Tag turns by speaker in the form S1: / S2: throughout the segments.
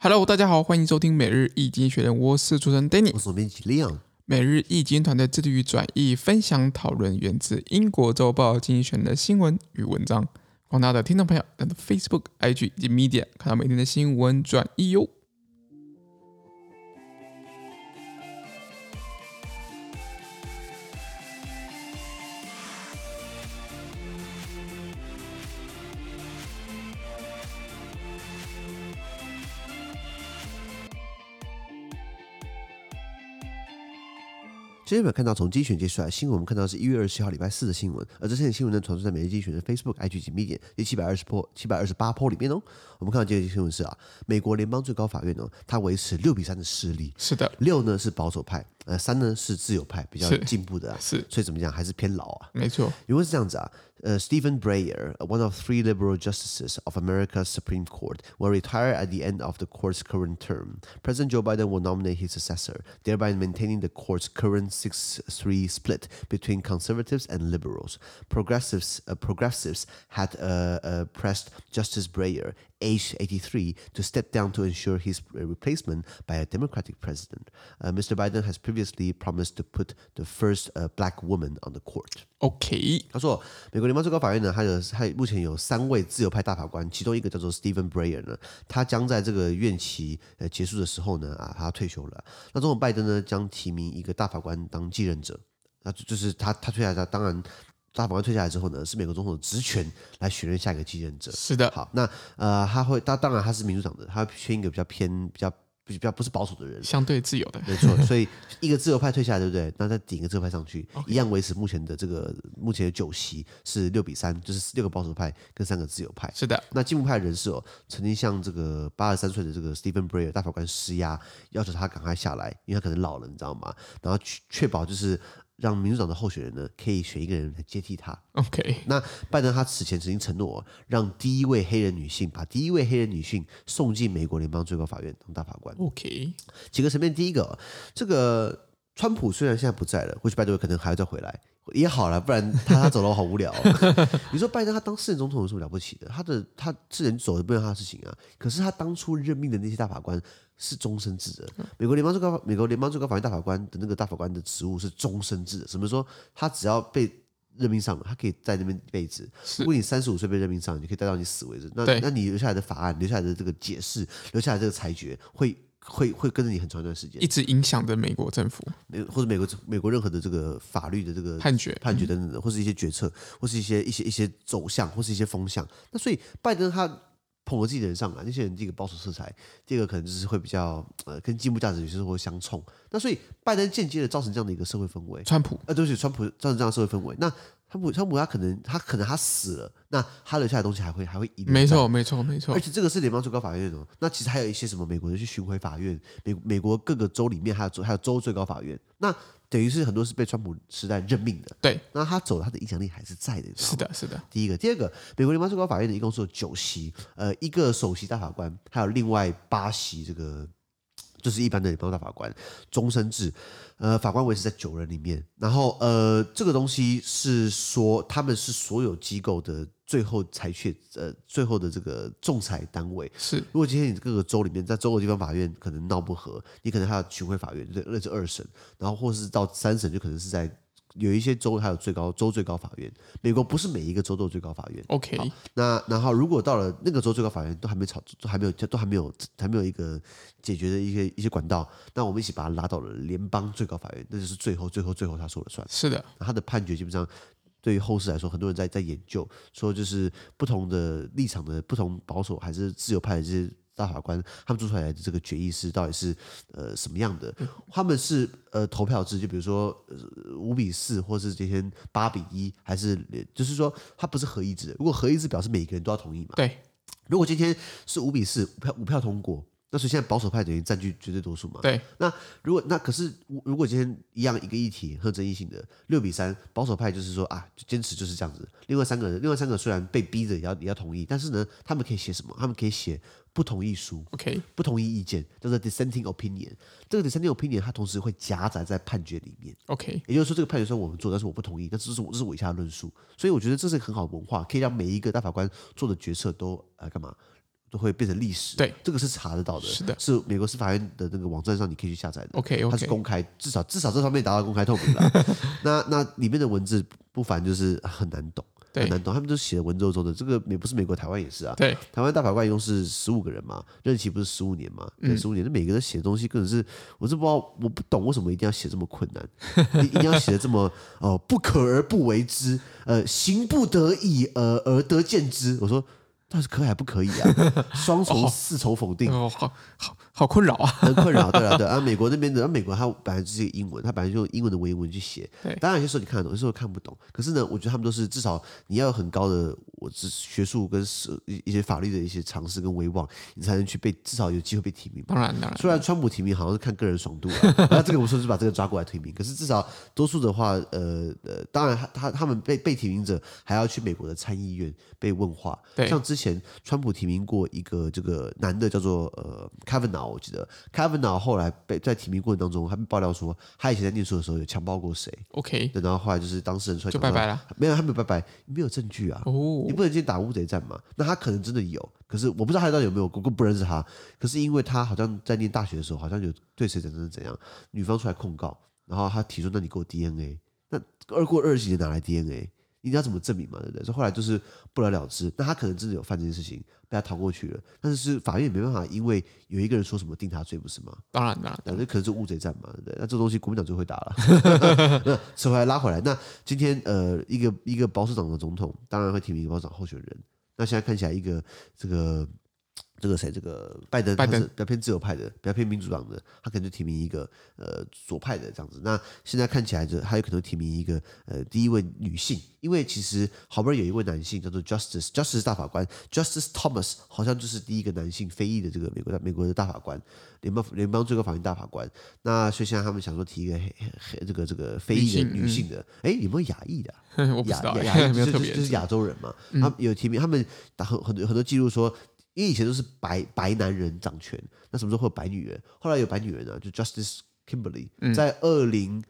S1: Hello，大家好，欢迎收听每日易经学人，我是主持人 Danny
S2: 我。总编辑 Leon，
S1: 每日易经团队致力于转译、分享、讨论源自英国周报精选的新闻与文章，广大的听众朋友能到 Facebook、IG 以及 Media 看到每天的新闻转译哟。
S2: 今天有没有看到从精选界出来的新闻？我们看到是一月二十七号礼拜四的新闻，而这些新闻呢，传出在每日精选的 Facebook、IG 及 Medium 第七百二十波、七百二十八波里面哦。我们看到这个新闻是啊，美国联邦最高法院哦，它维持六比三的势力，
S1: 是的，
S2: 六呢是保守派，呃，三呢是自由派，比较
S1: 是
S2: 进步的啊，
S1: 是
S2: 所以怎么讲还是偏老啊。
S1: 没错，
S2: 因为是这样子啊，呃，Stephen Uh, Breyer, uh, one of three liberal justices of America's Supreme Court, will retire at the end of the court's current term. President Joe Biden will nominate his successor, thereby maintaining the court's current 6-3 split between conservatives and liberals. Progressives, uh, progressives had uh, uh, pressed Justice Breyer, aged 83, to step down to ensure his uh, replacement by a Democratic president. Uh, Mr. Biden has previously promised to put the first uh, black woman on the court.
S1: OK，
S2: 他说，美国联邦最高法院呢，它有它目前有三位自由派大法官，其中一个叫做 Stephen Breyer 呢，他将在这个院期呃结束的时候呢，啊，他退休了。那总统拜登呢，将提名一个大法官当继任者。那就就是他他退下来，当然大法官退下来之后呢，是美国总统的职权来选任下一个继任者。
S1: 是的，
S2: 好，那呃，他会，他当然他是民主党的，他会选一个比较偏比较比较不是保守的人，
S1: 相对自由的，
S2: 没错，所以一个自由派退下来，对不对？那再顶一个自由派上去，一样维持目前的这个目前的九席是六比三，就是六个保守派跟三个自由派。
S1: 是的，
S2: 那进步派人士哦，曾经向这个八十三岁的这个 Stephen Breyer 大法官施压，要求他赶快下来，因为他可能老了，你知道吗？然后确确保就是让民主党的候选人呢，可以选一个人来接替他。
S1: OK，
S2: 那拜登他此前曾经承诺，哦让第一位黑人女性把第一位黑人女性送进美国联邦最高法院当大法官。
S1: OK，
S2: 几个层面，第一个，这个川普虽然现在不在了，或许拜登可能还要再回来，也好了，不然他他走了我好无聊、哦。 你说拜登他当四年总统有什么了不起的？他的他四年走的不是他的事情啊，可是他当初任命的那些大法官是终身制
S1: 嗯
S2: 的。美国联邦最高美国联邦最高法院大法官的那个大法官的职务是终身制的，什么说他只要被任命上了，他可以在那边一辈子。
S1: 是
S2: 如果你三十五岁被任命上，你可以待到你死为止。那
S1: 对
S2: 那你留下来的法案、留下来的这个解释、留下来这个裁决，会会会跟着你很长一段时间
S1: 一，直影响着美国政府
S2: 美或者美国美国任何的这个法律的这个
S1: 判决。嗯
S2: 判决等等的，或是一些决策，或是一些一些一些走向，或是一些风向。那所以拜登他捧了自己的人上来，那些人第一个保守色彩，第二个可能就是会比较呃跟进步价值有些时候会相冲。那所以拜登间接的造成这样的一个社会氛围，
S1: 川普
S2: 呃，对不起，川普造成这样的社会氛围。那川普川普他可能他可能他死了，那他留下来的东西还会还会遗留
S1: 没
S2: 在
S1: 错，没错，没错
S2: 而，且这个是联邦最高法院哦。那其实还有一些什么美国的去巡回法院，美美国各个州里面还有州还有州最高法院，那等于是很多是被川普时代任命的。
S1: 对，
S2: 那他走了，他的影响力还是在的。你知道
S1: 是
S2: 吗
S1: 的，是的，
S2: 第一个，第二个，美国联邦最高法院的一共是有九席，呃，一个首席大法官，还有另外八席这个。就是一般的联邦大法官，终身制，呃，法官维持在九人里面。然后，呃，这个东西是说他们是所有机构的最后裁决，呃，最后的这个仲裁单位。
S1: 是
S2: 如果今天你各个州里面，在州的地方法院可能闹不和，你可能还有巡回法院，对，那是二审，然后或是到三审，就可能是在有一些州还有最高州最高法院。美国不是每一个州都有最高法院。
S1: OK，
S2: 那然后如果到了那个州最高法院都还没吵，都还没有都还没有还没有一个解决的一些一些管道，那我们一起把它拉到了联邦最高法院，那就是最后最后最后他说了算。
S1: 是的，
S2: 他的判决基本上对于后世来说，很多人在在研究，说就是不同的立场的不同保守还是自由派的这些大法官，他们做出来的这个决议是到底是呃什么样的？他们是呃投票制，就比如说五、5比呃四，或是今天八比一，还是呃就是说他不是合议制的？如果合议制表示每个人都要同意嘛？
S1: 对，
S2: 如果今天是五比四，五票五票通过，那所以现在保守派等于占据绝对多数嘛？
S1: 对，
S2: 那如果那可是如如果今天一样一个议题很有争议性的六比三，保守派就是说啊，就坚持就是这样子。另外三个人，另外三个虽然被逼着也要也要同意，但是呢，他们可以写什么？他们可以写不同意书。
S1: OK，
S2: 不同意意见叫做 dissenting opinion，这个 dissenting opinion 它同时会夹杂在判决里面，
S1: OK，
S2: 也就是说这个判决虽然我们做，但是我不同意，但是这是我这是我以下的论述，所以我觉得这是一个很好的文化，可以让每一个大法官做的决策都呃干嘛都会变成历史。
S1: 对，
S2: 这个是查得到的，
S1: 是的
S2: 是美国司法院的那个网站上你可以去下载的。
S1: OK
S2: 它是
S1: OK，
S2: 公开，至少至少这方面达到公开透明 了。那那里面的文字不凡就是很难懂，
S1: 对
S2: 很难懂。他们都写文绉绉的，这个也不是美国，台湾也是啊。
S1: 对，
S2: 台湾大法官一共是十五个人嘛，任期不是十五年嘛？对，
S1: 嗯
S2: 十五年，那每个人写的东西根本是，我是不知道，我不懂为什么一定要写这么困难，一一定要写的这么哦、呃不可而不为之，呃，行不得已而而得见之。我说。到底是可以还不可以啊？双重、四重否定，啊
S1: 哦，好好好困扰啊，
S2: 很困扰，对了，对啊，美国那边的，啊美国它本来就是英文，它本来就用英文的维文去写
S1: 对，
S2: 当然有些时候你看得懂，有些时候看不懂。可是呢，我觉得他们都是至少你要有很高的我知学术跟是一一些法律的一些常识跟威望，你才能去被至少有机会被提名吧。
S1: 当然当然，
S2: 虽然川普提名好像是看个人 爽度啊，那这个我们说是把这个抓过来提名，可是至少多数的话，呃呃，当然他他他们被被提名者还要去美国的参议院被问话。
S1: 对
S2: 像之前川普提名过一个这个男的叫做呃 Kavanaugh，我记得 Kavanaugh 后来被在提名过程当中，他被爆料说他以前在念书的时候有强暴过谁，
S1: ，OK，
S2: 对然后后来就是当事人出来
S1: 就
S2: 讲
S1: 拜
S2: 说
S1: 拜了，
S2: 没有他没有拜拜，没有证据啊。
S1: 哦
S2: 你，不能进打乌贼战嘛？那他可能真的有，可是我不知道他到底有没有，我更不认识他。可是因为他好像在念大学的时候，好像有对谁怎样怎样，女方出来控告，然后他提出那你给我 DNA，那二过二十几年哪来 DNA？你要怎么证明嘛？对不对？所以后来就是不了了之。那他可能真的有犯这件事情，被他逃过去了，但是法院也没办法，因为有一个人说什么定他罪，不是吗？
S1: 当然当然，
S2: 那这可能是乌贼战嘛，对不对？那这东西国民党最会打了。 那扯回来拉回来，那今天呃，一个一个保守党的总统当然会提名一个保守党候选人。那现在看起来，一个这个这个谁，这个拜登，
S1: 拜
S2: 他是
S1: 登
S2: 比较偏自由派的，比较偏民主党的，他可能就提名一个呃左派的这样子。那现在看起来就还有可能提名一个呃第一位女性，因为其实好不容易有一位男性叫做 Justice Justice 大法官 Justice Thomas，好像就是第一个男性非裔的这个美国大美国的大法官，联邦联邦最高法院大法官。那所以现在他们想说提一个黑黑这个这个非裔的
S1: 女性
S2: 女性的，哎、有没有亚裔的啊、
S1: 我不知
S2: 亚
S1: 道，嗯
S2: 亚亚裔
S1: 没有
S2: 就
S1: 特
S2: 就
S1: 别
S2: 就，是亚洲人嘛，他们有提名，他们打很很多很多记录说，因为以前都是白白男人掌权，那什么时候会有白女人？后来有白女人啊，就 Justice Kimberly，、在
S1: 嗯
S2: 二零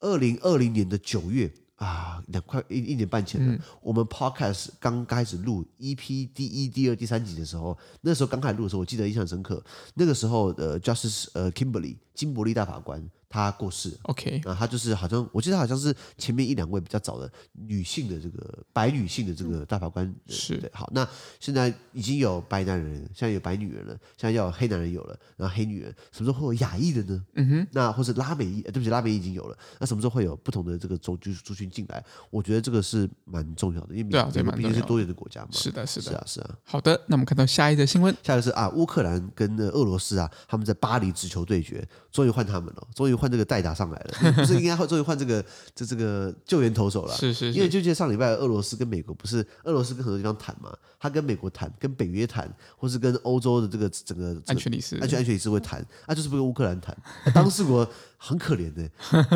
S2: 二零二零年的九月啊，两快一一年半前
S1: 嗯
S2: 了，我们 Podcast 刚开始录 EP 第一、第二、第三集的时候，那时候刚开始录的时候，我记得印象很深刻，那个时候呃 Justice 呃 Kimberly 金伯利大法官她过世了。
S1: ，OK，
S2: 啊，她就是好像我记得好像是前面一两位比较早的女性的这个白女性的这个大法官呃
S1: 是
S2: 对好，那现在已经有白男人，现在有白女人了，现在要有黑男人有了，然后黑女人什么时候会有亚裔的呢？嗯哼，那或是拉美裔、呃对不起，拉美裔已经有了，那什么时候会有不同的这个族族族群进来？我觉得这个是蛮重要的，因为美
S1: 对啊这
S2: 美国
S1: 蛮
S2: 毕竟
S1: 重
S2: 是
S1: 要
S2: 多元的国家嘛。
S1: 是的，是
S2: 是
S1: 的，
S2: 啊，是啊。
S1: 好的，那我们看到下一则新闻，
S2: 下一个是啊，乌克兰跟呃俄罗斯啊，他们在巴黎直球对决，终于换他们了，终于换这个代打上来了，不是应该换，终于换这个这这个救援投手了。
S1: 是是
S2: 因为
S1: 是，
S2: 就记得上礼拜俄罗斯跟美国不是俄罗斯跟很多地方谈嘛，他跟美国谈，跟北约谈，或是跟欧洲的这个整个
S1: 安
S2: 整个
S1: 全理事
S2: 安全安全理事会谈，啊，就是不跟乌克兰谈，啊当事国很可怜的、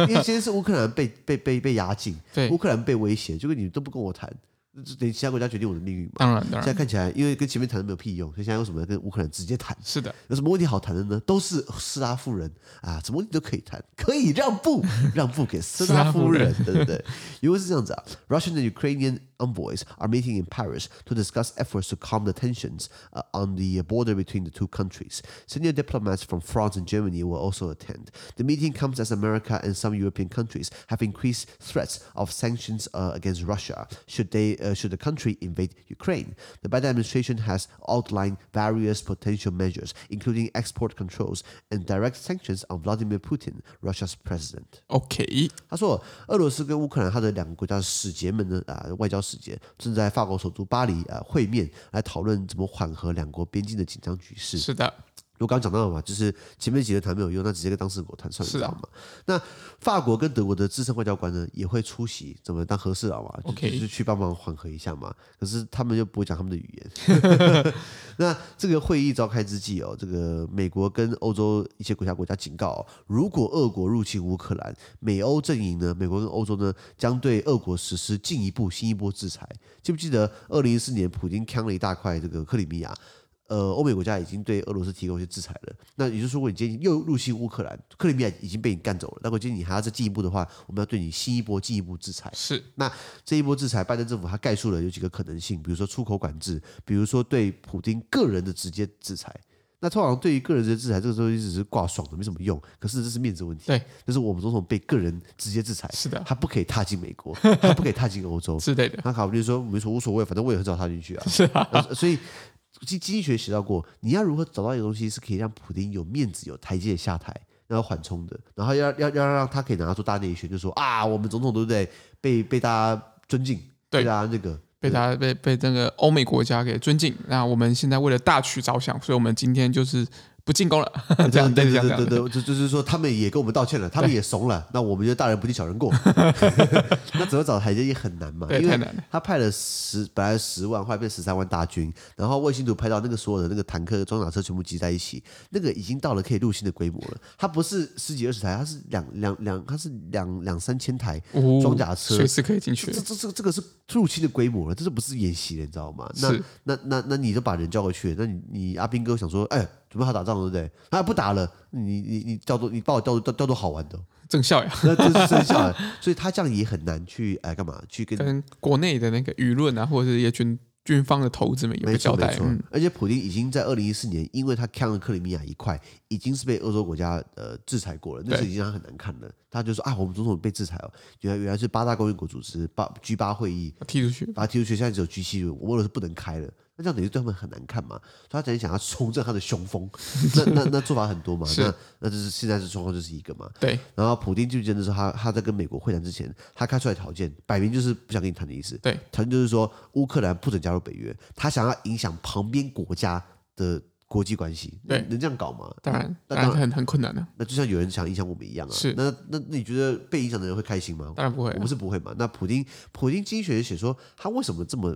S2: 因为先是乌克兰被被被被压境，
S1: 对
S2: 乌克兰被威胁，就跟你都不跟我谈，就等于其他国家决定我的命运嘛。
S1: 当然当
S2: 现在
S1: 然，
S2: 看起来，因为跟前面谈的没有屁用，所以现在为什么要跟乌克兰直接谈？
S1: 是的，
S2: 有什么问题好谈的呢？都是斯拉夫人啊，什么问题都可以谈，可以让步，让步给斯拉夫人， 对不对？因为是这样子啊，Russian and Ukrainian envoys are meeting in Paris to discuss efforts to calm the tensions uh, on the border between the two countries. Senior diplomats from France and Germany will also attend. The meeting comes as America and some European countries have increased threats of sanctions uh, against Russia should they uh, should the country invade Ukraine. The Biden administration has outlined various potential measures, including export controls and direct sanctions on Vladimir Putin, Russia's president.
S1: OK，
S2: 他说，俄罗斯跟乌克兰它的两个国家的使节们呢，啊、外交使节正在法国首都巴黎啊、会面，来讨论怎么缓和两国边境的紧张局势。
S1: 是的，
S2: 我刚刚讲到了嘛，就是前面几个谈没有用，那直接跟当事国谈算
S1: 是
S2: 了
S1: 啊
S2: 好嘛。那法国跟德国的资深外交官呢，也会出席，怎么当和事佬嘛就
S1: OK
S2: 就是去帮忙缓和一下嘛。可是他们又不会讲他们的语言。 那这个会议召开之际哦，这个美国跟欧洲一些国家国家警告、哦，如果俄国入侵乌克兰，美欧阵营呢，美国跟欧洲呢，将对俄国实施进一步新一波制裁。记不记得二零一四年普京扛了一大块这个克里米亚？呃，欧美国家已经对俄罗斯提供一些制裁了。那也就是说，如果你今天又入侵乌克兰，克里米亚已经被你干走了。那如果今天你还要再进一步的话，我们要对你新一波进一步制裁。
S1: 是
S2: 那这一波制裁，拜登政府他概述了有几个可能性，比如说出口管制，比如说对普丁个人的直接制裁。那通常对于个人的制裁，这个东西只是挂爽的，没什么用。可是这是面子问题，
S1: 对，
S2: 这是我们总统被个人直接制裁，
S1: 是的
S2: 他不可以踏进美国， 他不可以踏进 欧洲。
S1: 之类的，
S2: 他考虑说没所无所谓，反正我也很少踏进 去啊。
S1: 是啊，
S2: 呃所以经经济学写到过，你要如何找到一个东西是可以让普丁有面子、有台阶下台，然后缓冲的，然后要要要让他可以拿出大内宣，就说啊，我们总统对不对？被被大家尊敬，
S1: 对
S2: 被大家那个
S1: 被大家被被这个欧美国家给尊敬。那我们现在为了大局着想，所以我们今天就是不进攻了， 这样
S2: 对
S1: 对
S2: 对
S1: 这样这
S2: 对对
S1: 样。
S2: 对，就就是说他们也跟我们道歉了，他们也怂了，那我们就大人不计小人过， 那怎么找台阶也很难嘛，
S1: 对
S2: 因
S1: 太
S2: 为
S1: 难了
S2: 他派了十本来十万，后来变十三万大军，然后卫星图拍到那个所有的那个坦克、装甲车全部集在一起，那个已经到了可以入侵的规模了，它不是十几二十台，它是两两两，它是两两三千台
S1: 哦
S2: 装甲车，
S1: 随时可以进去
S2: 这，这这这个是入侵的规模了，这是不是演习了，你知道吗？那
S1: 是
S2: 那那那你都把人叫过去，那你你阿兵哥想说，哎，准备好打仗了，对不对？啊，不打了，你你你叫做你把我叫做叫叫做好玩的哦，
S1: 正效呀，
S2: 那这是生下来，所以他这样也很难去哎干嘛去跟
S1: 跟国内的那个舆论啊，或者是一些军军方的头子们有
S2: 没
S1: 个
S2: 错
S1: 交
S2: 没
S1: 代。
S2: 错
S1: 嗯，，
S2: 而且普京已经在二零一四年，因为他看了克里米亚一块，已经是被欧洲国家呃制裁过了，那
S1: 对
S2: 是已经让他很难看了。他就说啊，我们总统被制裁哦，原来原来是八大工业国组织八 G 八会议，
S1: 踢出去，
S2: 把他踢出去，现在只有 G 七，我俄罗斯不能开了。那这样等于对他们很难看嘛，所以他等于想要重振他的雄风，那那那做法很多嘛，
S1: 是
S2: 那那就是现在这状况就是一个嘛。
S1: 对，
S2: 然后普丁就真的是他他在跟美国会谈之前，他开出来条件，摆明就是不想跟你谈的意思。
S1: 对，
S2: 条件就是说乌克兰不准加入北约，他想要影响旁边国家的国际关系，
S1: 对
S2: 能能这样搞吗？
S1: 当然，
S2: 嗯那
S1: 当
S2: 当
S1: 然很很困难的、
S2: 那就像有人想影响我们一样啊。
S1: 是
S2: 那那那你觉得被影响的人会开心吗？
S1: 当然不会啊
S2: 我们是不会嘛。那普丁，普丁经济学写说，他为什么这么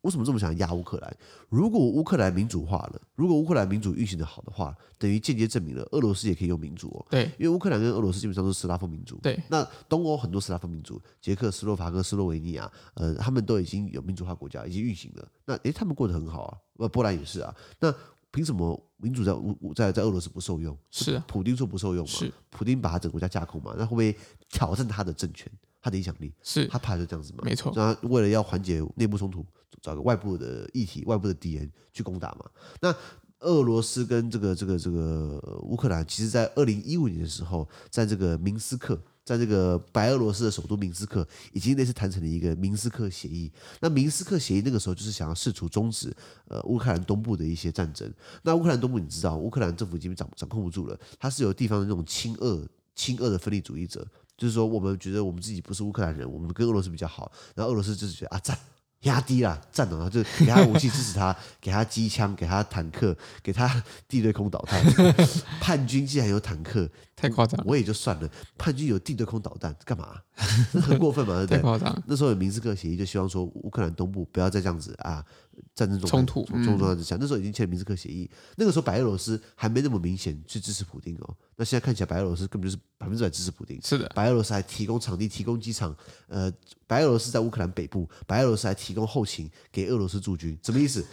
S2: 为什么这么想压乌克兰？如果乌克兰民主化了，如果乌克兰民主运行的好的话，等于间接证明了俄罗斯也可以用民主哦。
S1: 对
S2: 因为乌克兰跟俄罗斯基本上都是斯拉夫民族。
S1: 对，
S2: 那东欧很多斯拉夫民族，捷克斯洛伐克、斯洛维尼亚，呃，他们都已经有民主化国家，已经运行了。那诶，他们过得很好啊，呃，波兰也是啊。那凭什么民主在乌乌在在俄罗斯不受用？
S1: 是啊，
S2: 普丁说不受用嘛？
S1: 是
S2: 普丁把他整个国家架空嘛？那会不会挑战他的政权、他的影响力？
S1: 是啊
S2: 他怕就这样子嘛？
S1: 没错，
S2: 那为了要缓解内部冲突，找个外部的议题、外部的敌人去攻打嘛。那俄罗斯跟这个这个这个呃乌克兰，其实在二零一五年的时候，在这个明斯克，在这个白俄罗斯的首都明斯克，已经类似谈成了一个明斯克协议。那明斯克协议那个时候就是想要试图终止呃乌克兰东部的一些战争。那乌克兰东部你知道，乌克兰政府已经掌掌控不住了，它是有地方的那种亲俄亲俄的分离主义者，就是说我们觉得我们自己不是乌克兰人，我们跟俄罗斯比较好，然后俄罗斯就是觉得啊赞。压低啦，赞了，然后就给他武器支持他，给他机枪，给他坦克，给他地对空导弹。 叛军既然有坦克，
S1: 太夸张了，
S2: 我也就算了，叛军有地对空导弹干嘛？那很过分嘛，对不
S1: 太
S2: 对？
S1: 夸张了，
S2: 那时候有明斯克协议，就希望说乌克兰东部不要再这样子啊，战争中
S1: 冲突嗯
S2: 冲冲突之下，那时候已经签了明斯克协议。那个时候白俄罗斯还没那么明显去支持普丁哦，那现在看起来白俄罗斯根本就是百分之百支持普丁。
S1: 是的，
S2: 白俄罗斯还提供场地、提供机场，呃，白俄罗斯在乌克兰北部，白俄罗斯还提供后勤给俄罗斯驻军，什么意思？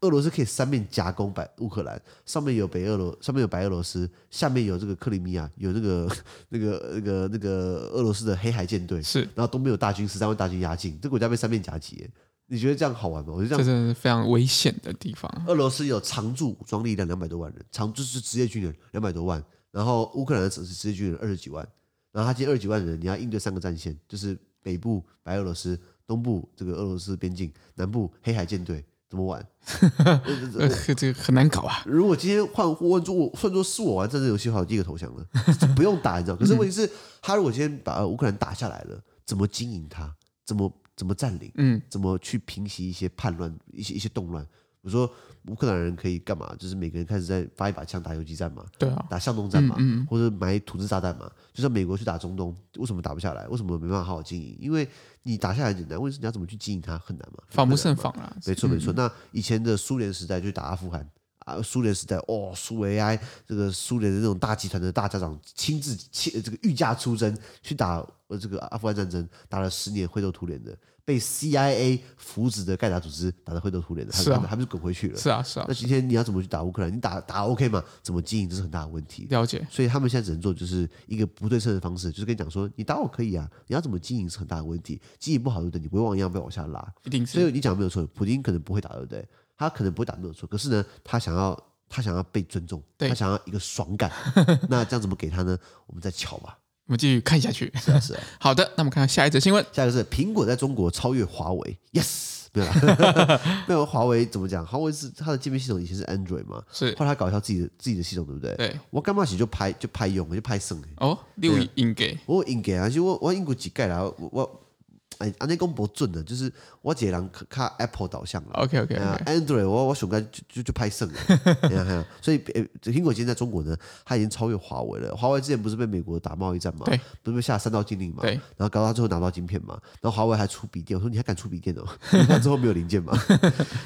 S2: 俄罗斯可以三面夹攻白乌克兰，上面有北俄罗，上面有白俄罗斯，下面有这个克里米亚，有那个 那个那个那个俄罗斯的黑海舰队，
S1: 是，
S2: 然后东边有大军十三万大军压境，这国家被三面夹击耶，你觉得这样好玩吗？我觉得
S1: 这
S2: 这样，
S1: 真的是非常危险的地 方。啊
S2: 俄罗斯有常驻武装力量两百多万人，常驻是职业军人两百多万，然后乌克兰的只是职业军人二十几万，然后他接二十几万人，你要应对三个战线，就是北部白俄罗斯，东部这个俄罗斯边境，南部黑海舰队，怎么玩？
S1: 呃， 这个很难搞啊，
S2: 如果今天换换做我，换做是我玩战争游戏的话，我第一个投降了， 这不用打，你知道？可
S1: 嗯
S2: 是问题是，他如果今天把呃乌克兰打下来了，怎么经营它？怎么怎么占领？
S1: 嗯，
S2: 怎么去平息一些叛乱、一些一些动乱？我说乌克兰人可以干嘛？就是每个人开始在发一把枪打游击战嘛，
S1: 对啊，
S2: 打巷弄战嘛，或者买土制炸弹嘛。就像美国去打中东，为什么打不下来？为什么没办法好好经营？因为你打下来很简单，问题是你要怎么去经营它很难嘛，
S1: 防不
S2: 很难
S1: 胜
S2: 嘛
S1: 防啊，
S2: 没错没错。那以前的苏联时代就打阿富汗，啊啊，苏联时代哦，苏维埃这个苏联的那种大集团的大家长亲自亲呃这个御驾出征去打呃这个阿富汗战争，打了十年灰头土脸的，被 CIA 扶植的盖达组织打得灰头土脸的，还
S1: 是啊
S2: 还还不是滚回去了？
S1: 是啊，是啊
S2: 那，今天你要怎么去打乌克兰？你打打 OK 嘛？怎么经营这是很大的问题。
S1: 了解，
S2: 所以他们现在只能做就是一个不对称的方式，就是跟你讲说，你打我可以啊，你要怎么经营是很大的问题，经营不好对不对？你威望一样被往下拉。
S1: 一定
S2: 所
S1: 是
S2: 以你讲没有错，普丁可能不会打对不对？他可能不会打没有错，可是呢，他想要他想要被尊重，
S1: 对
S2: 他想要一个爽 感，那这样怎么给他呢？我们再瞧吧。
S1: 我们继续看下去。
S2: 是啊，是啊。
S1: 好的，那我们看下一则新闻。
S2: 下一个是苹果在中国超越华为，yes，没有 啦，没有华为怎么讲？华为是它的界面系统以前是 Android 嘛，
S1: 是
S2: 后来他搞一套自己的自己的系统，对不对？
S1: 对
S2: 我干嘛起就拍就拍用，就拍剩的。
S1: 哦，六亿应给
S2: 我应该啊，就我我用过几届啦，我我哎，安尼讲无准的，就是我一个人较较 Apple 导向啦。
S1: ，OK OK
S2: 哎呀
S1: OK，
S2: Android 我我想干就就就拍剩 了，哎呀哎呀，所以呃苹果今天在中国呢，它已经超越华为了。华为之前不是被美国打贸易战嘛，
S1: 对，
S2: 不是被下三道禁令嘛，
S1: 对
S2: 然后搞到最后拿不到晶片嘛，然后华为还出笔电，我说你还敢出笔电哦？ 你看最后没有零件嘛？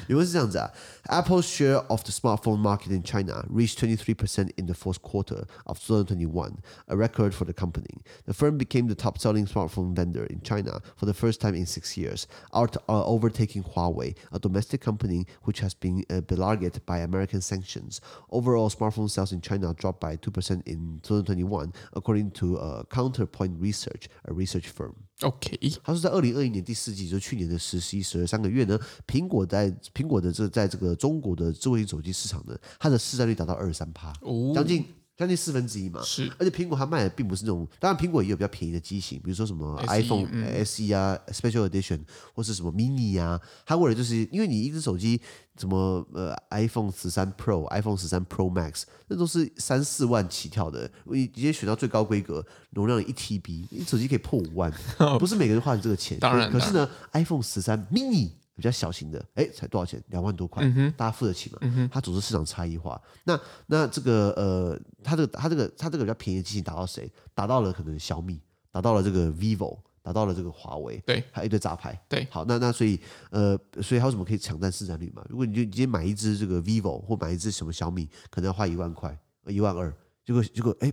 S2: 原文是这样子啊，Apple's share of the smartphone market in China reached 23% in the fourth quarter of 2021, a record for the company. The firm became the top selling smartphone vendor in China for the first time in six years, out, uh, overtaking Huawei, a domestic company which has been uh, belarugged by American sanctions. Overall, smartphone sales in China dropped by 2% in 2021, according to uh, Counterpoint Research, a research firm.
S1: OK，
S2: 他说，在二零二一年第四季，就是去年的十、十一、十二三个月呢，苹果在苹果的这在这个中国的智慧型手机市场呢，它的市占率达到二十三趴，
S1: 哦，
S2: 将近将近四分之一嘛。
S1: 是
S2: 而且苹果它卖的并不是那种，当然苹果也有比较便宜的机型，比如说什么
S1: SE
S2: iPhone SE 啊、Special Edition 或是什么 Mini 啊，它为了就是因为你一只手机什么呃 iPhone 十三 Pro、iPhone 十三 Pro Max 那都是三四万起跳的，你直接选到最高规格，容量一 TB，你手机可以破 五万，不是每个人花你这个钱。
S1: 当然
S2: 可是呢，iPhone 十三 mini 比较小型的，哎，才多少钱？两万多块，大家付得起嘛？它组织市场差异化。那那这个呃，它这个它这个它这个比较便宜的机型打到谁？打到了可能小米，打到了这个 vivo，打到了这个华为，
S1: 对，
S2: 还有一堆杂牌，
S1: 对
S2: 好，那那所以呃，所以它为什么可以抢占市占率嘛？如果你就你今天买一只这个 vivo 或买一只什么小米，可能要花一万块，呃一万二，结果结果哎，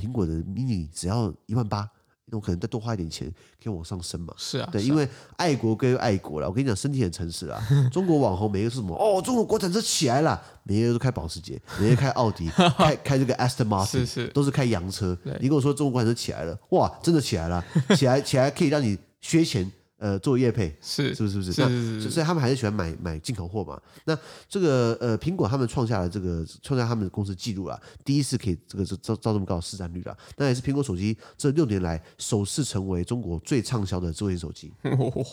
S2: 苹果的 mini 只要一万八。那我可能再多花一点钱，可以往上升嘛？
S1: 是啊，
S2: 对，
S1: 是啊
S2: 因为爱国归爱国啦，我跟你讲，身体很诚实啦。啊 中国网红每一个是什么？哦，中国国产车起来啦，每一个都开保时捷，每一个开 奥迪，开开这个 Aston Martin，
S1: 是是
S2: 都是开洋车
S1: 对。
S2: 你跟我说中国国产车起来了，哇，真的起来了，起来起来可以让你削钱，呃，做业配。
S1: 是
S2: 是不是？是不是？
S1: 是
S2: 那
S1: 是是
S2: 所以所以他们还是喜欢买买进口货嘛。那这个呃，苹果他们创下了这个创下他们的公司记录啦，第一次可以这个这造造这么高的市占率啦。那也是苹果手机这六年来首次成为中国最畅销的智慧型手机。
S1: 哦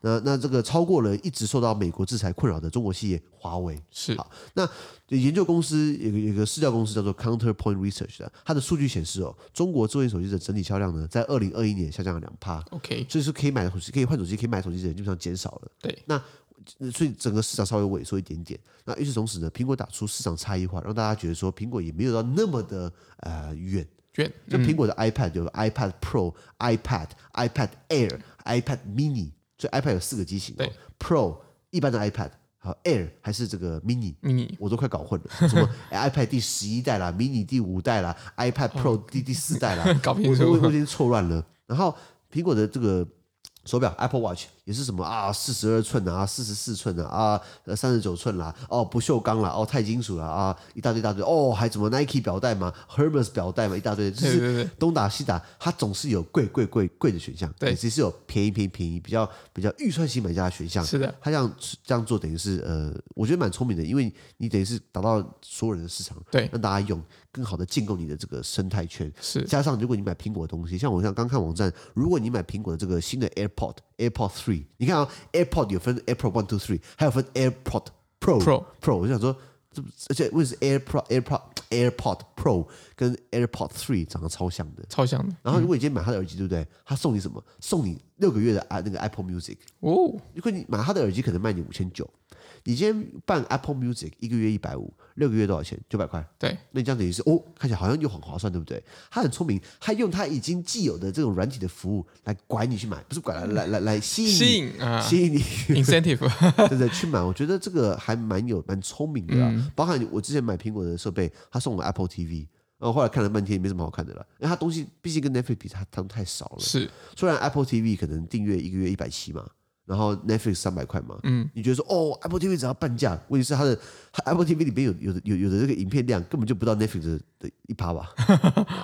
S2: 那那这个超过了一直受到美国制裁困扰的中国企业华为。
S1: 是
S2: 好，那研究公司有个有个市调公司叫做 Counterpoint Research 的，它的数据显示哦，中国智慧型手机的整体销量呢，在二零二一年下降了两趴。
S1: OK，
S2: 所以说可以买手机，可以换手机，可以买手机的人基本上减少了。
S1: 对，
S2: 那呃所以整个市场稍微萎缩一点点。那与此同时呢，苹果打出市场差异化，让大家觉得说苹果也没有到那么的呃远。
S1: 卷
S2: 就苹果的
S1: 嗯
S2: iPad 有 iPad Pro、iPad、iPad Air、iPad Mini，所以 iPad 有四个机型、哦
S1: 对、
S2: ，Pro 一般的 iPad，还有 Air 还是这个 Mini。
S1: mini
S2: 我都快搞混了，什么哎 iPad 第十一代啦，mini 第五代啦，iPad Pro 第第四代啦，
S1: 哦 搞不
S2: 我
S1: 清
S2: 我
S1: 楚
S2: 我已经错乱了。然后苹果的这个手表 Apple Watch 也是什么啊，四十二寸啊，四十四寸啊，啊，三十九寸啦，哦，不锈钢啦，哦，钛金属啦，啊，一大堆一大堆，哦，还什么 Nike 表带嘛，Hermes 表带嘛，一大堆，就
S1: 对对
S2: 是
S1: 对
S2: 东打西打，它总是有贵贵贵贵的选项，
S1: 对
S2: 也其实有便宜便宜便宜，比较比较预算型买家的选项，
S1: 是的，
S2: 他这样这样做等于是呃，我觉得蛮聪明的，因为你等于是达到所有人的市场，
S1: 对
S2: 让大家用更好的建构你的这个生态圈。
S1: 是
S2: 加上，如果你买苹果的东西，像我像刚看网站，如果你买苹果的这个新的 AirPod AirPod Three，你看啊，AirPod 有分 AirPod One Two Three，还有分 AirPod Pro
S1: Pro
S2: 我就想说，这不而且问题是 AirPod AirPod AirPod Pro 跟 AirPod Three 长得超像的。
S1: 超像的
S2: 然后，如果你今天买他的耳机，对不对？他送你什么？送你六个月的啊那个 Apple Music。
S1: 哦，
S2: 如果你买他的耳机，可能卖你五千九，你今天办 Apple Music 一个月一百五，六个月多少钱？九百块。
S1: 对，
S2: 那你这样等于是哦，看起来好像又很划算，对不对？他很聪明，他用他已经既有的这种软体的服务来拐你去买，不是拐来来来来吸引
S1: 吸
S2: 你，
S1: 引啊
S2: 吸引你，
S1: ，incentive，
S2: 对对，去买。我觉得这个还蛮有蛮聪明的啦。
S1: 嗯
S2: 包含我之前买苹果的设备，他送我 Apple TV，然后后来看了半天也没什么好看的了，因为它东西毕竟跟 Netflix 比，它它们太少了。
S1: 是
S2: 虽然 Apple TV 可能订阅一个月一百七嘛，然后 Netflix 三百块嘛，嗯，你觉得说哦，Apple TV 只要半价，问题是它的它 Apple TV 里面有有的有有的这个影片量根本就不到 Netflix 的的一趴吧，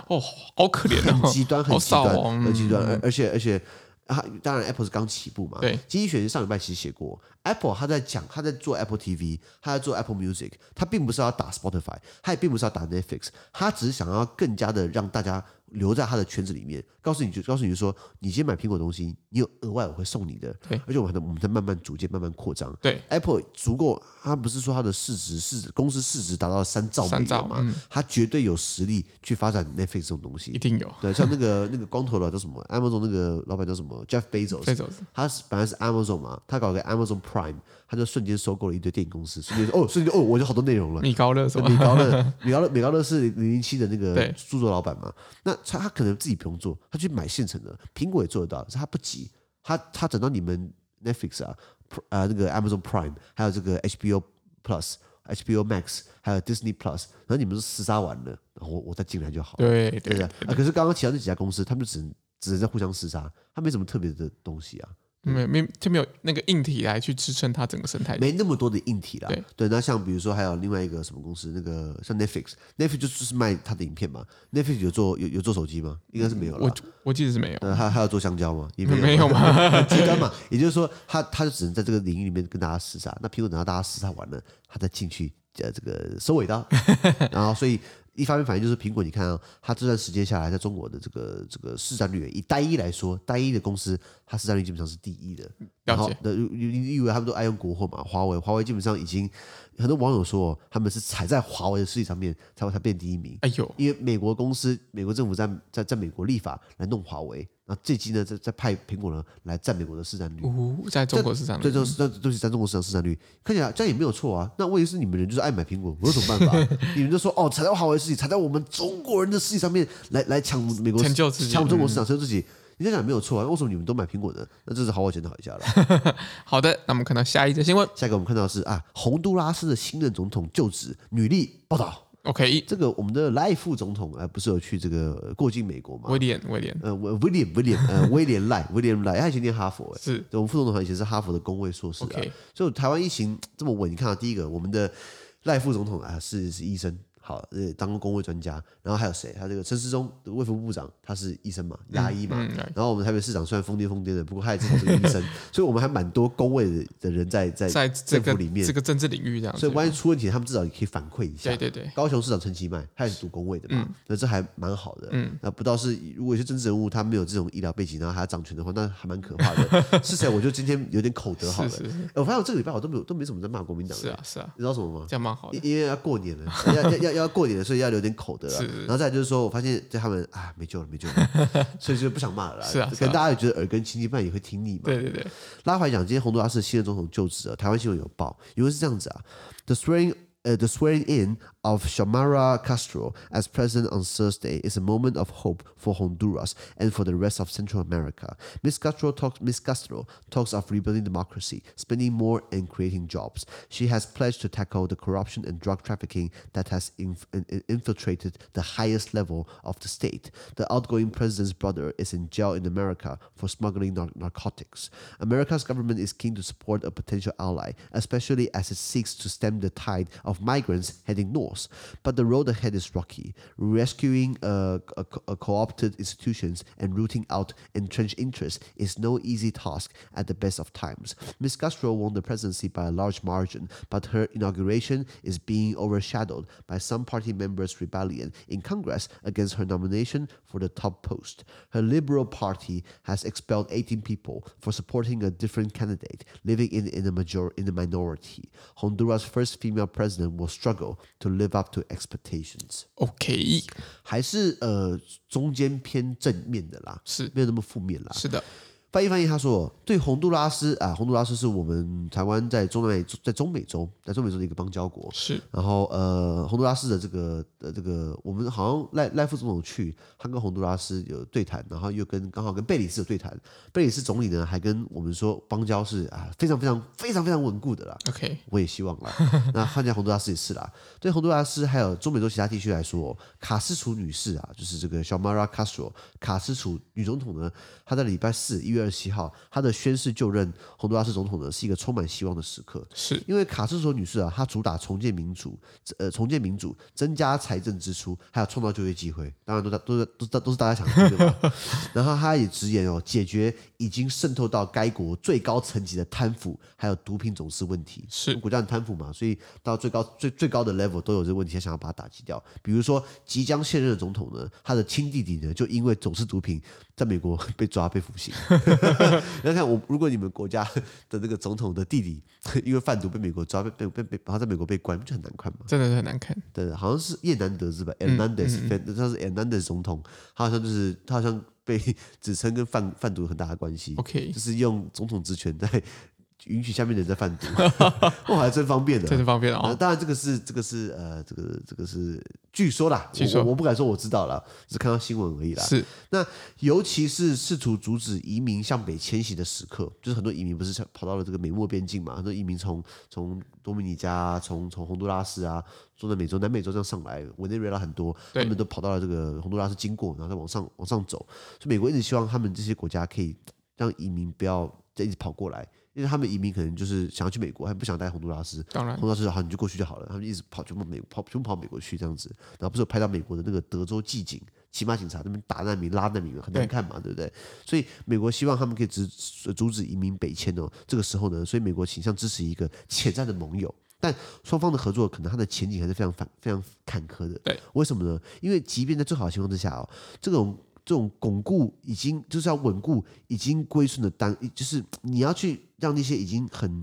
S1: 哦，好可怜
S2: 很
S1: 哦，
S2: 极端，很
S1: 好
S2: 极端，
S1: 少哦嗯
S2: 很极端，而而且而且。啊，当然，Apple 是刚起步嘛。
S1: 对
S2: 经济学上礼拜其实写过，Apple 他在讲，他在做 Apple TV，他在做 Apple Music，他并不是要打 Spotify，他也并不是要打 Netflix，他只是想要更加的让大家留在他的圈子里面，告诉你就告诉你说，你今天买苹果东西，你有额外我会送你的。
S1: 对
S2: 而且我们还能我们在慢慢逐渐慢慢扩张。
S1: 对
S2: ，Apple 足够，它不是说它的市值市公司市值达到三兆美
S1: 三兆嗯
S2: 元嘛，它绝对有实力去发展 Netflix 这种东西
S1: 一。定有
S2: 对，像那个那个光头佬叫什么？Amazon 那个老板叫什么？Jeff Bezos，
S1: ，Bezos，
S2: 他是本来是 Amazon 嘛，他搞个 Amazon Prime，他就瞬间收购了一堆电影公司，瞬间哦，瞬间哦，我就好多内容了。
S1: 米高乐什么
S2: 米高乐，米高乐，米高乐是零零七的那个
S1: 对
S2: 著作老板嘛？那他他可能自己不用做，他去买现成的，苹果也做得到，是他不急，他他等到你们 Netflix 啊，呃那个 Amazon Prime，还有这个 HBO Plus、HBO Max，还有 Disney Plus，然后你们都厮杀完了，然后我我再进来就好了。
S1: 对对
S2: 对的啊。可是刚刚其他那几家公司，他们就只能只能在互相厮杀，他没什么特别的东西啊，
S1: 没有没有就没有那个硬体来去支撑它整个生态系，
S2: 没那么多的硬体啦。
S1: 对
S2: 那像比如说还有另外一个什么公司，那个像 Netflix，Netflix 就就是卖它的影片嘛。Netflix 有做有有做手机吗？应该是没有
S1: 我
S2: 了。
S1: 我记得是没有，
S2: 呃，还还有做香蕉吗？也
S1: 没
S2: 有
S1: 有
S2: 嘛
S1: 嘛
S2: 很极端嘛。也就是说，他他就只能在这个领域里面跟大家厮杀。那苹果等到大家厮杀完了，他再进去呃这个收 尾刀。然后，所以一方面反映就是苹果，你看啊，它这段时间下来，在中国的这个这个市占率，以单一来说，单一的公司它市占率基本上是第一的。然后
S1: 嗯了解，
S2: 那你你你以为他们都爱用国货嘛？华为，华为基本上已经很多网友说，哦他们是踩在华为的势力上面，才会才变第一名。
S1: 哎呦，
S2: 因为美国公司、美国政府在在在美国立法来弄华为，然后最近呢，再再派苹果呢来占美国的市占率，
S1: 呜，在中哦国市场
S2: 最终是这就是占中国市场市占率，看起来这样也没有错啊。那问题是你们人就是爱买苹果，我有什么 办法？你们就说哦，踩在华为的势力，踩在我们中国人的势力上面来来抢美国市
S1: 成就自己
S2: 抢中国市场，成就自己。你这样讲没有错啊，那为什么你们都买苹果呢？那这是好好检讨一下了。
S1: 好的，那我们看到下一则新闻
S2: 下一个我们看到的是啊，洪都拉斯的新任总统就职，女力报道。
S1: ，OK，
S2: 这个我们的赖副总统，呃，不是有去这个呃过境美国吗？
S1: 威廉威廉
S2: 呃，威威廉威廉呃威廉赖威廉赖，他以前念哈佛、欸，
S1: 是
S2: 对我们副总统好像以前是哈佛的工位硕士啊。
S1: OK
S2: 所以台湾疫情这么稳，你看到第一个，我们的赖副总统啊、是是医生，好呃当过工位专家，然后还有谁？他这个陈时中卫福部部长，他是医生嘛，牙医嘛。
S1: 嗯，来
S2: 然后我们台北市长虽然疯癫疯癫的，不过他也至少是个医 生，所以我们还蛮多工位的的人在在
S1: 在这
S2: 政
S1: 个
S2: 府里面
S1: 这个政治领域这样
S2: 所
S1: 子
S2: 以，万一出问题，他们至少也可以反馈一下。
S1: 对对对，
S2: 高雄市长陈其迈，他也是读工位的
S1: 嗯
S2: 嘛，那这还蛮好的。那不知道是如果有些政治人物他没有这种医疗背景，然后还要掌权的话，那还蛮可怕 的。是谁？我就今天有点口德好了。
S1: 是是是
S2: 哎我发现我这个礼拜我都没有都没怎么在骂国民党
S1: 是
S2: 的，
S1: 啊是啊，
S2: 你知道什么吗？
S1: 这样蛮好的，
S2: 因因为要过年了，要要要要过年了，所以要留点口德啊
S1: 是。
S2: 然后再来就是说，我发现对他们啊没救了，没救 了，所以就不想骂了啦。
S1: 是啊是啊
S2: 可能大家也觉得耳根清净，不然也会听腻嘛。
S1: 对对对，
S2: 拉回来讲，今天洪都拉斯新任总统就职了，台湾新闻有报，因为是这样子啊，the swearing。呃 the swearing in of Xiomara Castro as president on Thursday is a moment of hope for Honduras and for the rest of Central America. Ms. Castro talks. Ms. Castro talks of rebuilding democracy, spending more, and creating jobs. She has pledged to tackle the corruption and drug trafficking that has inf- in- in- infiltrated the highest level of the state. The outgoing president's brother is in jail in America for smuggling nar- narcotics. America's government is keen to support a potential ally, especially as it seeks to stem the tide of migrants heading north. But the road ahead is rocky. Rescuing uh, co- co- uh, co-opted institutions and rooting out entrenched interests is no easy task at the best of times. Ms. Castro won the presidency by a large margin, but her inauguration is being overshadowed by some party members' rebellion in Congress against her nomination for the top post. Her Liberal Party has expelled 18 people for supporting a different candidate, living in, in, a, major, in a minority. Honduras' first female president will struggle to live up to expectations.
S1: OK，
S2: 还是呃中间偏正面的啦，
S1: 是
S2: 没有那么负面啦。
S1: 是的，
S2: 翻译翻译，他说，对洪都拉斯啊，洪都拉斯是我们台湾在中南美洲，在中美洲，在中美洲的一个邦交国。
S1: 是
S2: 然后呃，洪都拉斯的这个呃这个，我们好像赖赖副总统去，他跟洪都拉斯有对谈，然后又跟刚好跟贝里斯有对谈，贝里斯总理呢还跟我们说邦交是啊非常非常非常非常稳固的啦。
S1: OK，
S2: 我也希望啦。那看起来洪都拉斯也是啦。对洪都拉斯还有中美洲其他地区来说，卡斯楚女士啊，就是这个 Xiomara Castro 卡斯楚女总统呢，她在礼拜四一月二十七号，她的宣誓就任洪都拉斯总统呢，是一个充满希望的时刻。
S1: 是
S2: 因为卡斯楚女士啊，她主打重建民主，呃，重建民主，增加财政支出，还有创造就业机会，当然都在都在都在都是大家想听的嘛。然后她也直言哦，解决已经渗透到该国最高层级的贪腐，还有毒品走私问题。
S1: 是
S2: 国家很贪腐嘛，所以到最高最最高的 level 都有这个问题，想要把它打击掉。比如说，即将卸任的总统呢，他的亲弟弟呢，就因为走私毒品，在美国被抓被服刑。你要看我，如果你们国家的那个总统的弟弟因为贩毒被美国抓，被被被被，他在美国被关，不就很难看吗？
S1: 真的是很难看。
S2: 对，好像是叶南德是吧？Hernandez，、他
S1: 嗯
S2: 是 Hernandez 总统，他好像就是他好像被指称跟贩贩毒有很大的关系。
S1: OK，
S2: 就是用总统职权在允许下面的人 在贩毒，哇，还真方便的。
S1: 真是方便
S2: 呃
S1: 哦。
S2: 当然，这个是这个是呃，这个这个是据说啦，
S1: 据说
S2: 我我不敢说我知道啦，只是看到新闻而已啦。
S1: 是
S2: 那尤其是试图阻止移民向北迁徙的时刻，就是很多移民不是跑到了这个美墨边境嘛？很多移民从从多米尼加、啊、从从洪都拉斯啊、中南美洲、南美洲这样上来，委内瑞拉很多，
S1: 对
S2: 他们都跑到了这个洪都拉斯经过，然后再往上往上走。所以美国一直希望他们这些国家可以让移民不要再一直跑过来，因为他们移民可能就是想要去美国，还不想待洪都拉斯，
S1: 当然
S2: 碰到是好，你就过去就好了。他们一直跑，全部美跑，全部跑美国去这样子。然后不是有拍到美国的那个德州骑警、骑马警察那边打难民、拉难民嘛，很难
S1: 对
S2: 看嘛，对不对？所以美国希望他们可以阻阻止移民北迁哦。这个时候呢，所以美国倾向支持一个潜在的盟友。但双方的合作，可能它的前景还是非常反、非常坎坷的。
S1: 对，
S2: 为什么呢？因为即便在最好的情况之下哦，这种这种巩固已经就是要稳固已经归顺的单，就是你要去让那些已经很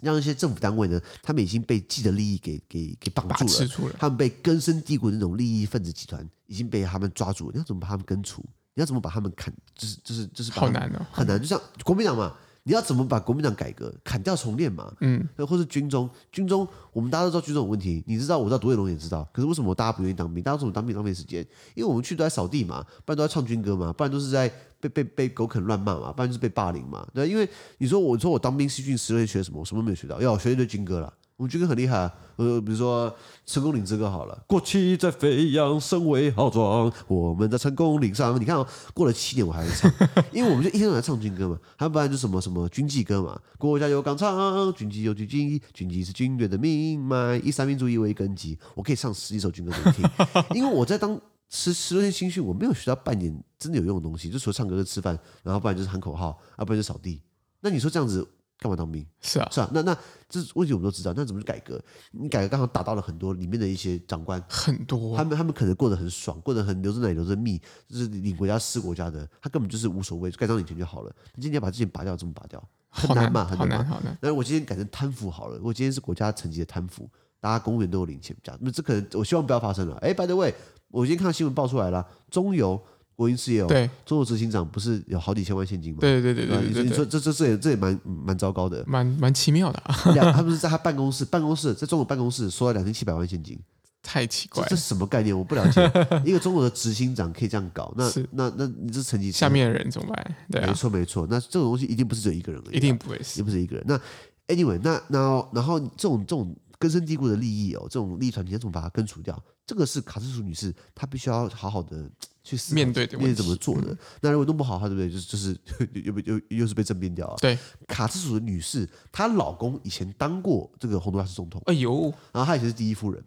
S2: 让一些政府单位呢，他们已经被既得利益给给给绑
S1: 把
S2: 住
S1: 持
S2: 了，
S1: 住了，
S2: 他们被根深蒂固的那种利益分子集团已经被他们抓住了，你要怎么把他们根除？你要怎么把他们砍？就是就是就是把他
S1: 好
S2: 们
S1: 难哦。
S2: 很难，就像国民党嘛，你要怎么把国民党改革砍掉重练嘛？
S1: 嗯，
S2: 或是军中，军中我们大家都知道军中有问题，你知道，我知道，独眼龙也知道，可是为什么大家不愿意当兵？大家为什么当兵浪费时间？因为我们去都在扫地嘛，不然都在唱军歌嘛，不然都是在被被被狗啃乱骂嘛，不然就是被霸凌嘛。对，因为你说我说我当兵西训十二年学什么？我什么都没有学到，要我学一堆军歌啦。我们军歌很厉害、啊，呃，比如说《成功岭之歌》好了，过去在飞扬，身为豪壮，我们在成功岭上。你看、哦，过了七年我还在 唱，因为我们就一天到晚唱军歌嘛，还不然就什么什么军纪歌嘛，国家有纲常，军纪有军纪，军纪是军队的命脉，以三民主义为根基。我可以唱十一首军歌给你 听，因为我在当十十多天新训，我没有学到半点真的有用的东西，就除了唱歌跟吃饭，然后不然就是喊口号，要、不然就扫地。那你说这样子干嘛当兵？
S1: 是啊，
S2: 是啊，那那这问题我们都知道，那怎么去改革？你改革刚好打到了很多里面的一些长官，
S1: 很多
S2: 他们他们可能过得很爽，过得很流着奶流着蜜，就是领国家吃国家的，他根本就是无所谓，盖章领钱就好了。你今天要把这些拔掉，怎么拔掉？很
S1: 好
S2: 难
S1: 难
S2: 嘛，很
S1: 好
S2: 难
S1: 难，
S2: 嘛。
S1: 好难。
S2: 那我今天改成贪腐好了，我今天是国家层级的贪腐，大家公务员都有领钱这样，那这可能我希望不要发生了。哎，by the way，我今天看到新闻爆出来了，中油国营事业哦，
S1: 对
S2: 中油执行长不是有好几千万现金吗？
S1: 对对对
S2: 啊
S1: 对
S2: 你
S1: 对
S2: 说你
S1: 对
S2: 说
S1: 对，
S2: 这这这也这也蛮蛮糟糕的。
S1: 蛮蛮奇妙的，啊，
S2: 两，他们是在他办公室，办公室在中国办公室收了两千七百万现金，
S1: 太奇
S2: 这
S1: 怪了
S2: 这。什么概念？我不了解。 一个中国的执行长可以这样搞，那
S1: 是
S2: 那那你这成绩
S1: 下面的人怎么办？对
S2: 没
S1: 啊，
S2: 错没错，那这种东西一定不是只有一个人而已啊，
S1: 一定不会
S2: 也
S1: 是。
S2: 不是一个人。那 anyway，那然后然后这种这种根深蒂固的利益哦，这种利益团体，要怎么把它根除掉？这个是卡斯楚女士她必须要好好的去思考
S1: 面对的
S2: 面对
S1: 问
S2: 怎么
S1: 题，嗯
S2: 做的。那如果弄不好，她对不对？就是就是 又又又又是被政变掉啊。
S1: 对，
S2: 卡斯楚的女士，她老公以前当过这个洪都拉斯总统。
S1: 哎呦，
S2: 然后她以前是第一夫人，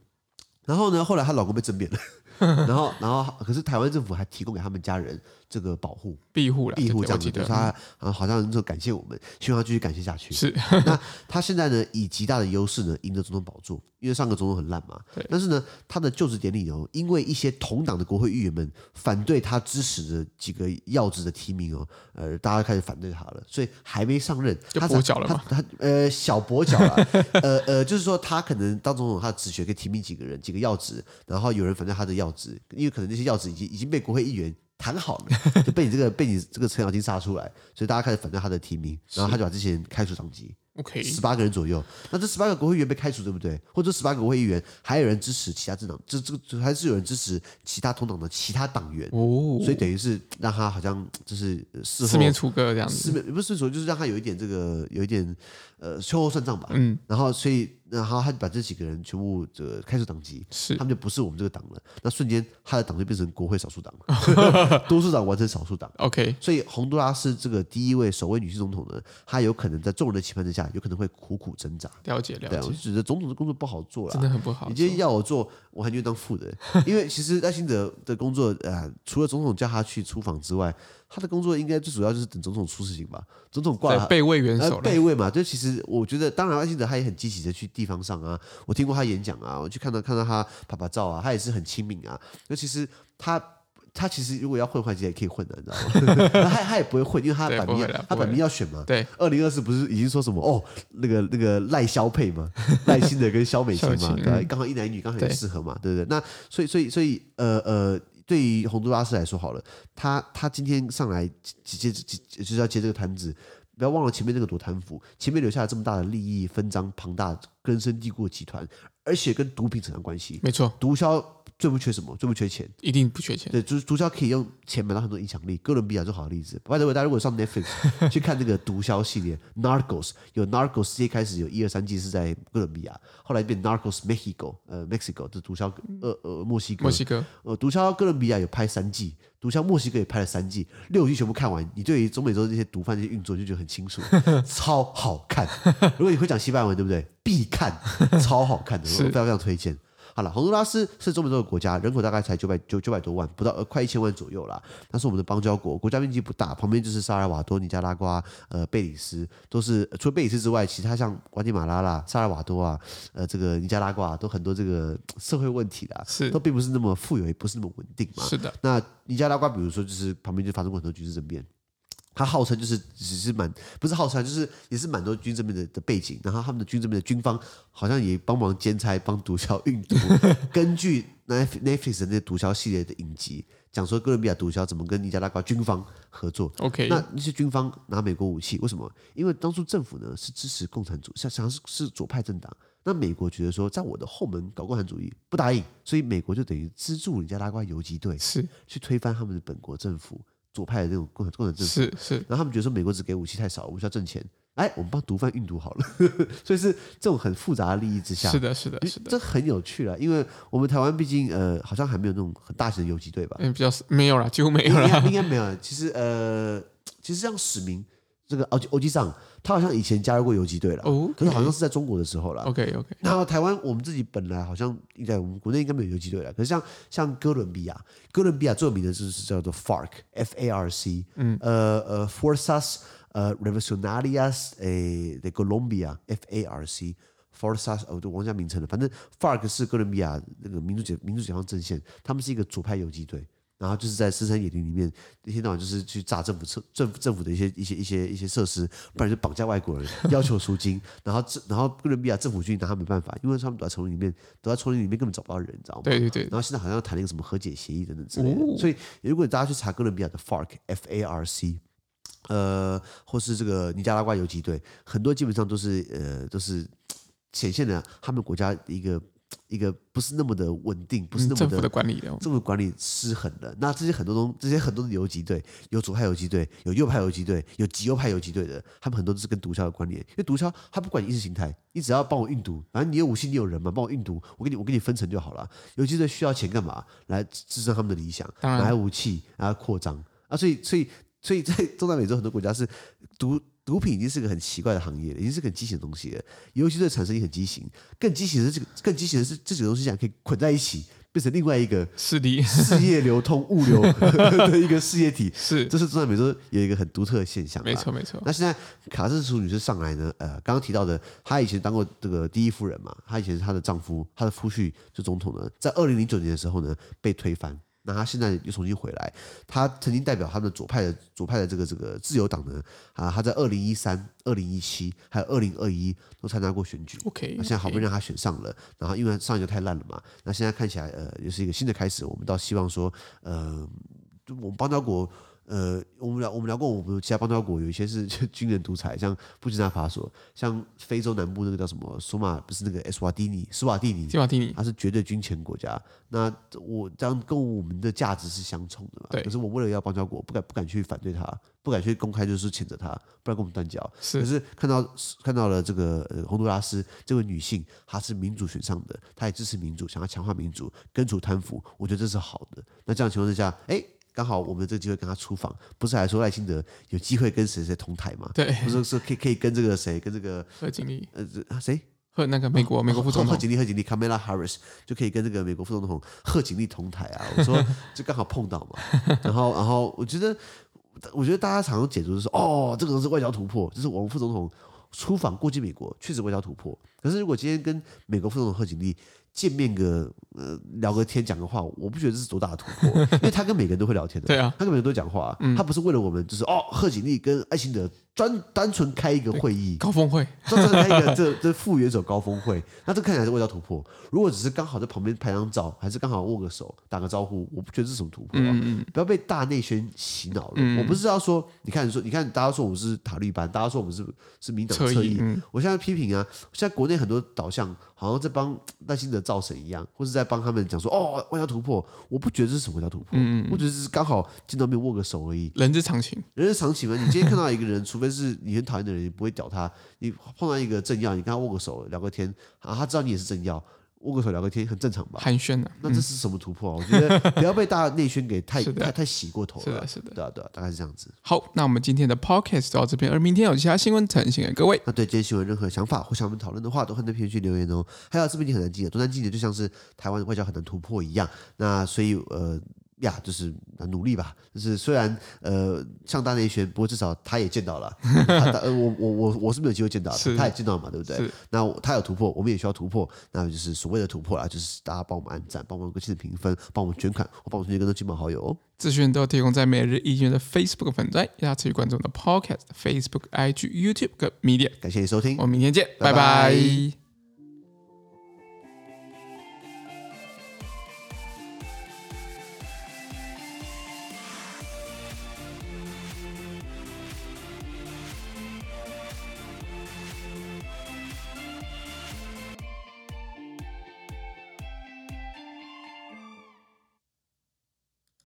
S2: 然后呢，后来她老公被政变了， 然后然后可是台湾政府还提供给他们家人这个 保护
S1: 庇护了，
S2: 庇护
S1: 对
S2: 这样
S1: 我记
S2: 子，
S1: 得
S2: 就
S1: 嗯
S2: 是她然后好像就感谢我们，希望她继续感谢下去。
S1: 是
S2: 那她现在呢，以极大的优势呢，赢得总统宝座，因为上个总统很烂嘛
S1: 对。
S2: 但是呢，她的就职典礼哦，因为一些同党的国会议员们反对她支持的几个要职的提名哦，呃，大家开始反对她了，所以还没上任，
S1: 就
S2: 她才
S1: 跛脚了嘛
S2: 她她呃，小跛脚了，呃呃，就是说她可能当总统，她的职权可以提名几个人，几个要职，然后有人反对她的要职，因为可能那些要职已经已经被国会议员。谈好了，就被你这个被你这个程咬金杀出来，所以大家开始反对他的提名，然后他就把这些人开除党籍，
S1: OK，
S2: 十八个人左右。那这十八个国会议员被开除，对不对？或者十八个国会议员还有人支持其他政党，这这个还是有人支持其他同党的其他党员，
S1: 哦，
S2: 所以等于是让他好像就是呃事
S1: 四
S2: 后
S1: 面楚歌这样子
S2: 四面不是说就是让他有一点这个有一点呃秋后算账吧，嗯，然后所以然后他就把这几个人全部这个开除党籍，
S1: 是
S2: 他们就不是我们这个党了，那瞬间他的党就变成国会少数党， 多数党完成少数党。
S1: OK，
S2: 所以洪都拉斯这个第一位首位女性总统呢，她有可能在众人的期盼之下，有可能会苦苦挣扎。
S1: 了解了
S2: 对啊，我
S1: 解
S2: 就，觉得总统的工作不好做啦，
S1: 真的很不好
S2: 你。今天要我做，我还宁愿当副的，因为其实赖清德的工作，呃，除了总统叫他去出访之外，他的工作应该最主要就是等总统出事情吧。总统挂
S1: 在
S2: 了
S1: 备位元
S2: 呃
S1: 首了，
S2: 备位嘛，就其实我觉得，当然赖清德他也很积极的去地方上啊，我听过他演讲啊，我去看到看到他拍拍照啊，他也是很亲民啊。那其实他他其实如果要混的话，其实也可以混的，你知道吗？ 他他也不会混，因为他
S1: 对
S2: 摆
S1: 不
S2: 明
S1: 会啦
S2: 他
S1: 不会
S2: 摆明要选嘛。
S1: 对，
S2: 二零二四不是已经说什么哦，那个那个赖萧配嘛， 赖清德跟萧美琴
S1: 萧
S2: 嘛，
S1: 美琴嗯
S2: 对吧，刚好一男一女，刚好也
S1: 对
S2: 适合嘛，对不对？那所以所以所以呃呃，对于洪都拉斯来说好了，他他今天上来接接接就是要接这个摊子。不要忘了前面那个多贪腐，前面留下了这么大的利益分赃庞大、根深蒂固的集团，而且跟毒品扯上关系。
S1: 没错，
S2: 毒枭最不缺什么？最不缺钱。
S1: 一定不缺钱。
S2: 对，就是毒枭可以用钱买到很多影响力，哥伦比亚就好的例子。by the way，大家如果上 Netflix 去看那个毒枭系列 Narcos，有 Narcos 一开始有一二三季是在哥伦比亚，后来变 Narcos Mexico，呃，Mexico 这毒枭呃呃墨西哥，
S1: 墨西哥
S2: 呃，毒枭哥伦比亚有拍三季，毒枭墨西哥也拍了三季，六季全部看完，你对于中美洲这些毒贩这些运作就觉得很清楚，超好看。如果你会讲西班牙文，对不对？必看，超好看的，我非常非常推荐。好了，洪都拉斯是中美洲的国家，人口大概才九百九九百多万，不到呃快一千万左右啦。那是我们的邦交国，国家面积不大，旁边就是萨尔瓦多、尼加拉瓜、呃贝里斯，都是除了贝里斯之外，其他像瓜地马拉啦、萨尔瓦多啊、呃这个尼加拉瓜啊都很多这个社会问题啦，
S1: 是
S2: 都并不是那么富有，也不是那么稳定嘛。
S1: 是的，
S2: 那尼加拉瓜，比如说就是旁边就发生过很多军事政变，他号称就是只是蛮不是号称，就是也是蛮多军政变的的背景，然后他们的军政变的军方好像也帮忙兼差帮毒枭 运毒。根据 Netf- Netflix 的那毒枭系列的影集，讲说哥伦比亚毒枭怎么跟尼加拉瓜军方合作。
S1: OK，
S2: 那那些军方拿美国武器，为什么？因为当初政府呢是支持共产主义，想想是是左派政党。那美国觉得说，在我的后门搞共产主义不答应，所以美国就等于资助尼加拉瓜游击队
S1: 是
S2: 去推翻他们的本国政府左派的那种共产共产政府。
S1: 是是，
S2: 然后他们觉得说美国只给武器太少，我们需要挣钱，哎，我们帮毒贩运毒好了。 所以是这种很复杂的利益之下，
S1: 是的，是的，是的，
S2: 这很有趣啊了。因为我们台湾毕竟呃好像还没有那种很大型的游击队吧，
S1: 嗯，比较没有啦，几乎没
S2: 应
S1: 有啦。
S2: 该应该没有。其实呃，其实像史明这个欧欧基上，他好像以前加入过游击队了，
S1: 哦
S2: 可是好像是在中国的时候了。
S1: OK OK，
S2: 然后台湾我们自己本来好像应该我们国内应该没有游击队了，可是像像哥伦比亚，哥伦比亚最有名的就是叫做 FARC F A R C，嗯，呃呃 Fuerzas 呃 Revolucionarias 诶、de Colombia F A R C。Forzas，哦，我忘记它名称了。反正 FARC 是哥伦比亚那个民主解民主解放阵线，他们是一个左派游击队，然后就是在深山野林里面，一天到晚就是去炸政府设政府政府的一些一些一些一些设施，不然就绑架外国人，要求赎金，然后这然后哥伦比亚政府军拿他没办法，因为他们躲在丛林里面，躲在丛林里面根本找不到人，你知道吗？
S1: 对对对，
S2: 然后现在好像要谈一个什么和解协议等等之类的。
S1: 哦
S2: 所以如果大家去查哥伦比亚的 FARC F A R C，呃，或是这个尼加拉瓜游击队，很多基本上都是呃都是显现了他们国家一个一个不是那么的稳定，不是
S1: 嗯
S2: 那么
S1: 政府的管理的，
S2: 政府管理失衡了。那这些很多东，这些很多的游击队，有左派游击队，有右派游击队，有极右派游击队的，他们很多都是跟毒枭有关联。因为毒枭他不管你意识形态，你只要帮我运毒，反正你有武器，你有人嘛，帮我运毒，我给你我给你分成就好了。游击队需要钱干嘛？来支撑他们的理想，
S1: 当然
S2: 买武器，然后扩张啊。所以所以所以在 中南美洲很多国家是毒。毒品已经是个很奇怪的行业了，已经是个很畸形的东西了。尤其是产生也很畸形，更畸形的是这个，更畸形的是这几个东西竟然可以捆在一起，变成另外一个
S1: 势力
S2: 事业流通物流 的一个事业体，
S1: 是
S2: 这是中南美洲有一个很独特的现象。啊
S1: 没。错没错，
S2: 那现在卡氏淑女士上来呢，呃，刚刚提到的，她以前当过这个第一夫人嘛，她以前是她的丈夫，她的夫婿就总统呢，在二零零九年的时候呢被推翻。那她现在又重新回来，她曾经代表他们的左派的左派的这个这个自由党呢，啊，她在二零一三、二零一七还有二零二一都参加过选举。
S1: OK，
S2: 那现在好不容易让他选上了，然后因为上一个太烂了嘛，那现在看起来呃，也是一个新的开始。我们倒希望说，呃，就我们邦交国，呃，我们聊我们聊过，我们其他邦交国有一些是 军人独裁，像布基纳法索，像非洲南部那个叫什么索马，不是那个埃斯瓦蒂尼，斯瓦蒂尼，
S1: 基瓦蒂尼，
S2: 它是绝对军权国家。那我这样跟我们的价值是相冲的嘛？
S1: 对
S2: 可是我为了要邦交国，不敢不敢去反对他，不敢去公开就是谴责他，不然跟我们断交。可
S1: 是
S2: 是看到看到了这个、呃、洪都拉斯这位女性，她是民主选上的，她也支持民主，想要强化民主，根除贪腐，我觉得这是好的。那这样的情况之下，哎，刚好我们这个机会跟她出访，不是还说赖清德有机会跟谁谁同台吗？
S1: 对，
S2: 不是说可以可以跟这个谁跟这个
S1: 贺锦丽
S2: 呃这啊谁
S1: 和那个美国哦美国副总
S2: 哦贺
S1: 统，
S2: 锦丽，贺锦丽 Kamala Harris 就可以跟这个美国副总统贺锦丽同台 啊。我说就刚好碰到嘛，然后然后我觉得，我觉得大家常常解读是说，哦，这个是外交突破，就是我们副总统出访过境美国，确实外交突破。可是如果今天跟美国副总统贺锦丽见面个呃聊个天讲个话，我不觉得这是多大的突 破，因为他跟每个人都会聊天的，
S1: 对啊
S2: 他跟每个人都讲话啊，他不是为了我们就是哦，贺锦丽跟艾辛德专单纯开一个会议，
S1: 高峰会，
S2: 这真的是一个这这副元首高峰会，那这看起来是外交突破。如果只是刚好在旁边拍张照，还是刚好握个手、打个招呼，我不觉得这是什么突破、啊。不要被大内宣洗脑了。我不是要说，你看你说，你看大家说我们是塔利班，大家说我们是是民党
S1: 侧
S2: 侧
S1: 翼嗯
S2: 翼，我现在批评啊，现在国内很多导向好像在帮赖清德造神一样，或是在帮他们讲说哦外交突破，我不觉得这是什么外交突破，我觉得只是刚好见到面握个手而已。
S1: 人之常情，
S2: 人之常情嘛。你今天看到一个人，除 非是你很讨厌的人，你不会屌他。你碰到一个政要，你跟他握个手聊个天，啊，他知道你也是政要，握个手聊个天很正常吧？
S1: 寒暄啊，
S2: 那这是什么突破啊、我觉得不要被大家内宣给太
S1: 是的
S2: 太太洗过头
S1: 是
S2: 了
S1: 的，。是的。
S2: 对啊，对啊，大概是这样子。
S1: 好，那我们今天的 podcast 到这边，而明天有其他新闻呈现给各位。
S2: 那对今天新闻有任何想法或想我们讨论的话，都欢迎在评论区留言哦。还有这边已经很难记得，东南记得就像是台湾的外交很难突破一样。那所以呃呀，就是呃努力吧。就是虽然呃上大内宣，不过至少他也见到 了。他他呃我我我我是没有机会见到
S1: 是
S2: 的，他也见到了嘛，对不对
S1: 是？
S2: 那我他有突破，我们也需要突破。那就是所谓的突破啦，就是大家帮我们按赞，帮我们更新的评分，帮我们捐款，或帮我们推荐更多亲朋好友哦。
S1: 资讯都提供在每日一经的 Facebook 粉专，也要持续关注我们的 podcast、Facebook、IG、YouTube 跟 Media。
S2: 感谢你收听
S1: 我。们明天见，拜
S2: 拜
S1: 拜
S2: 拜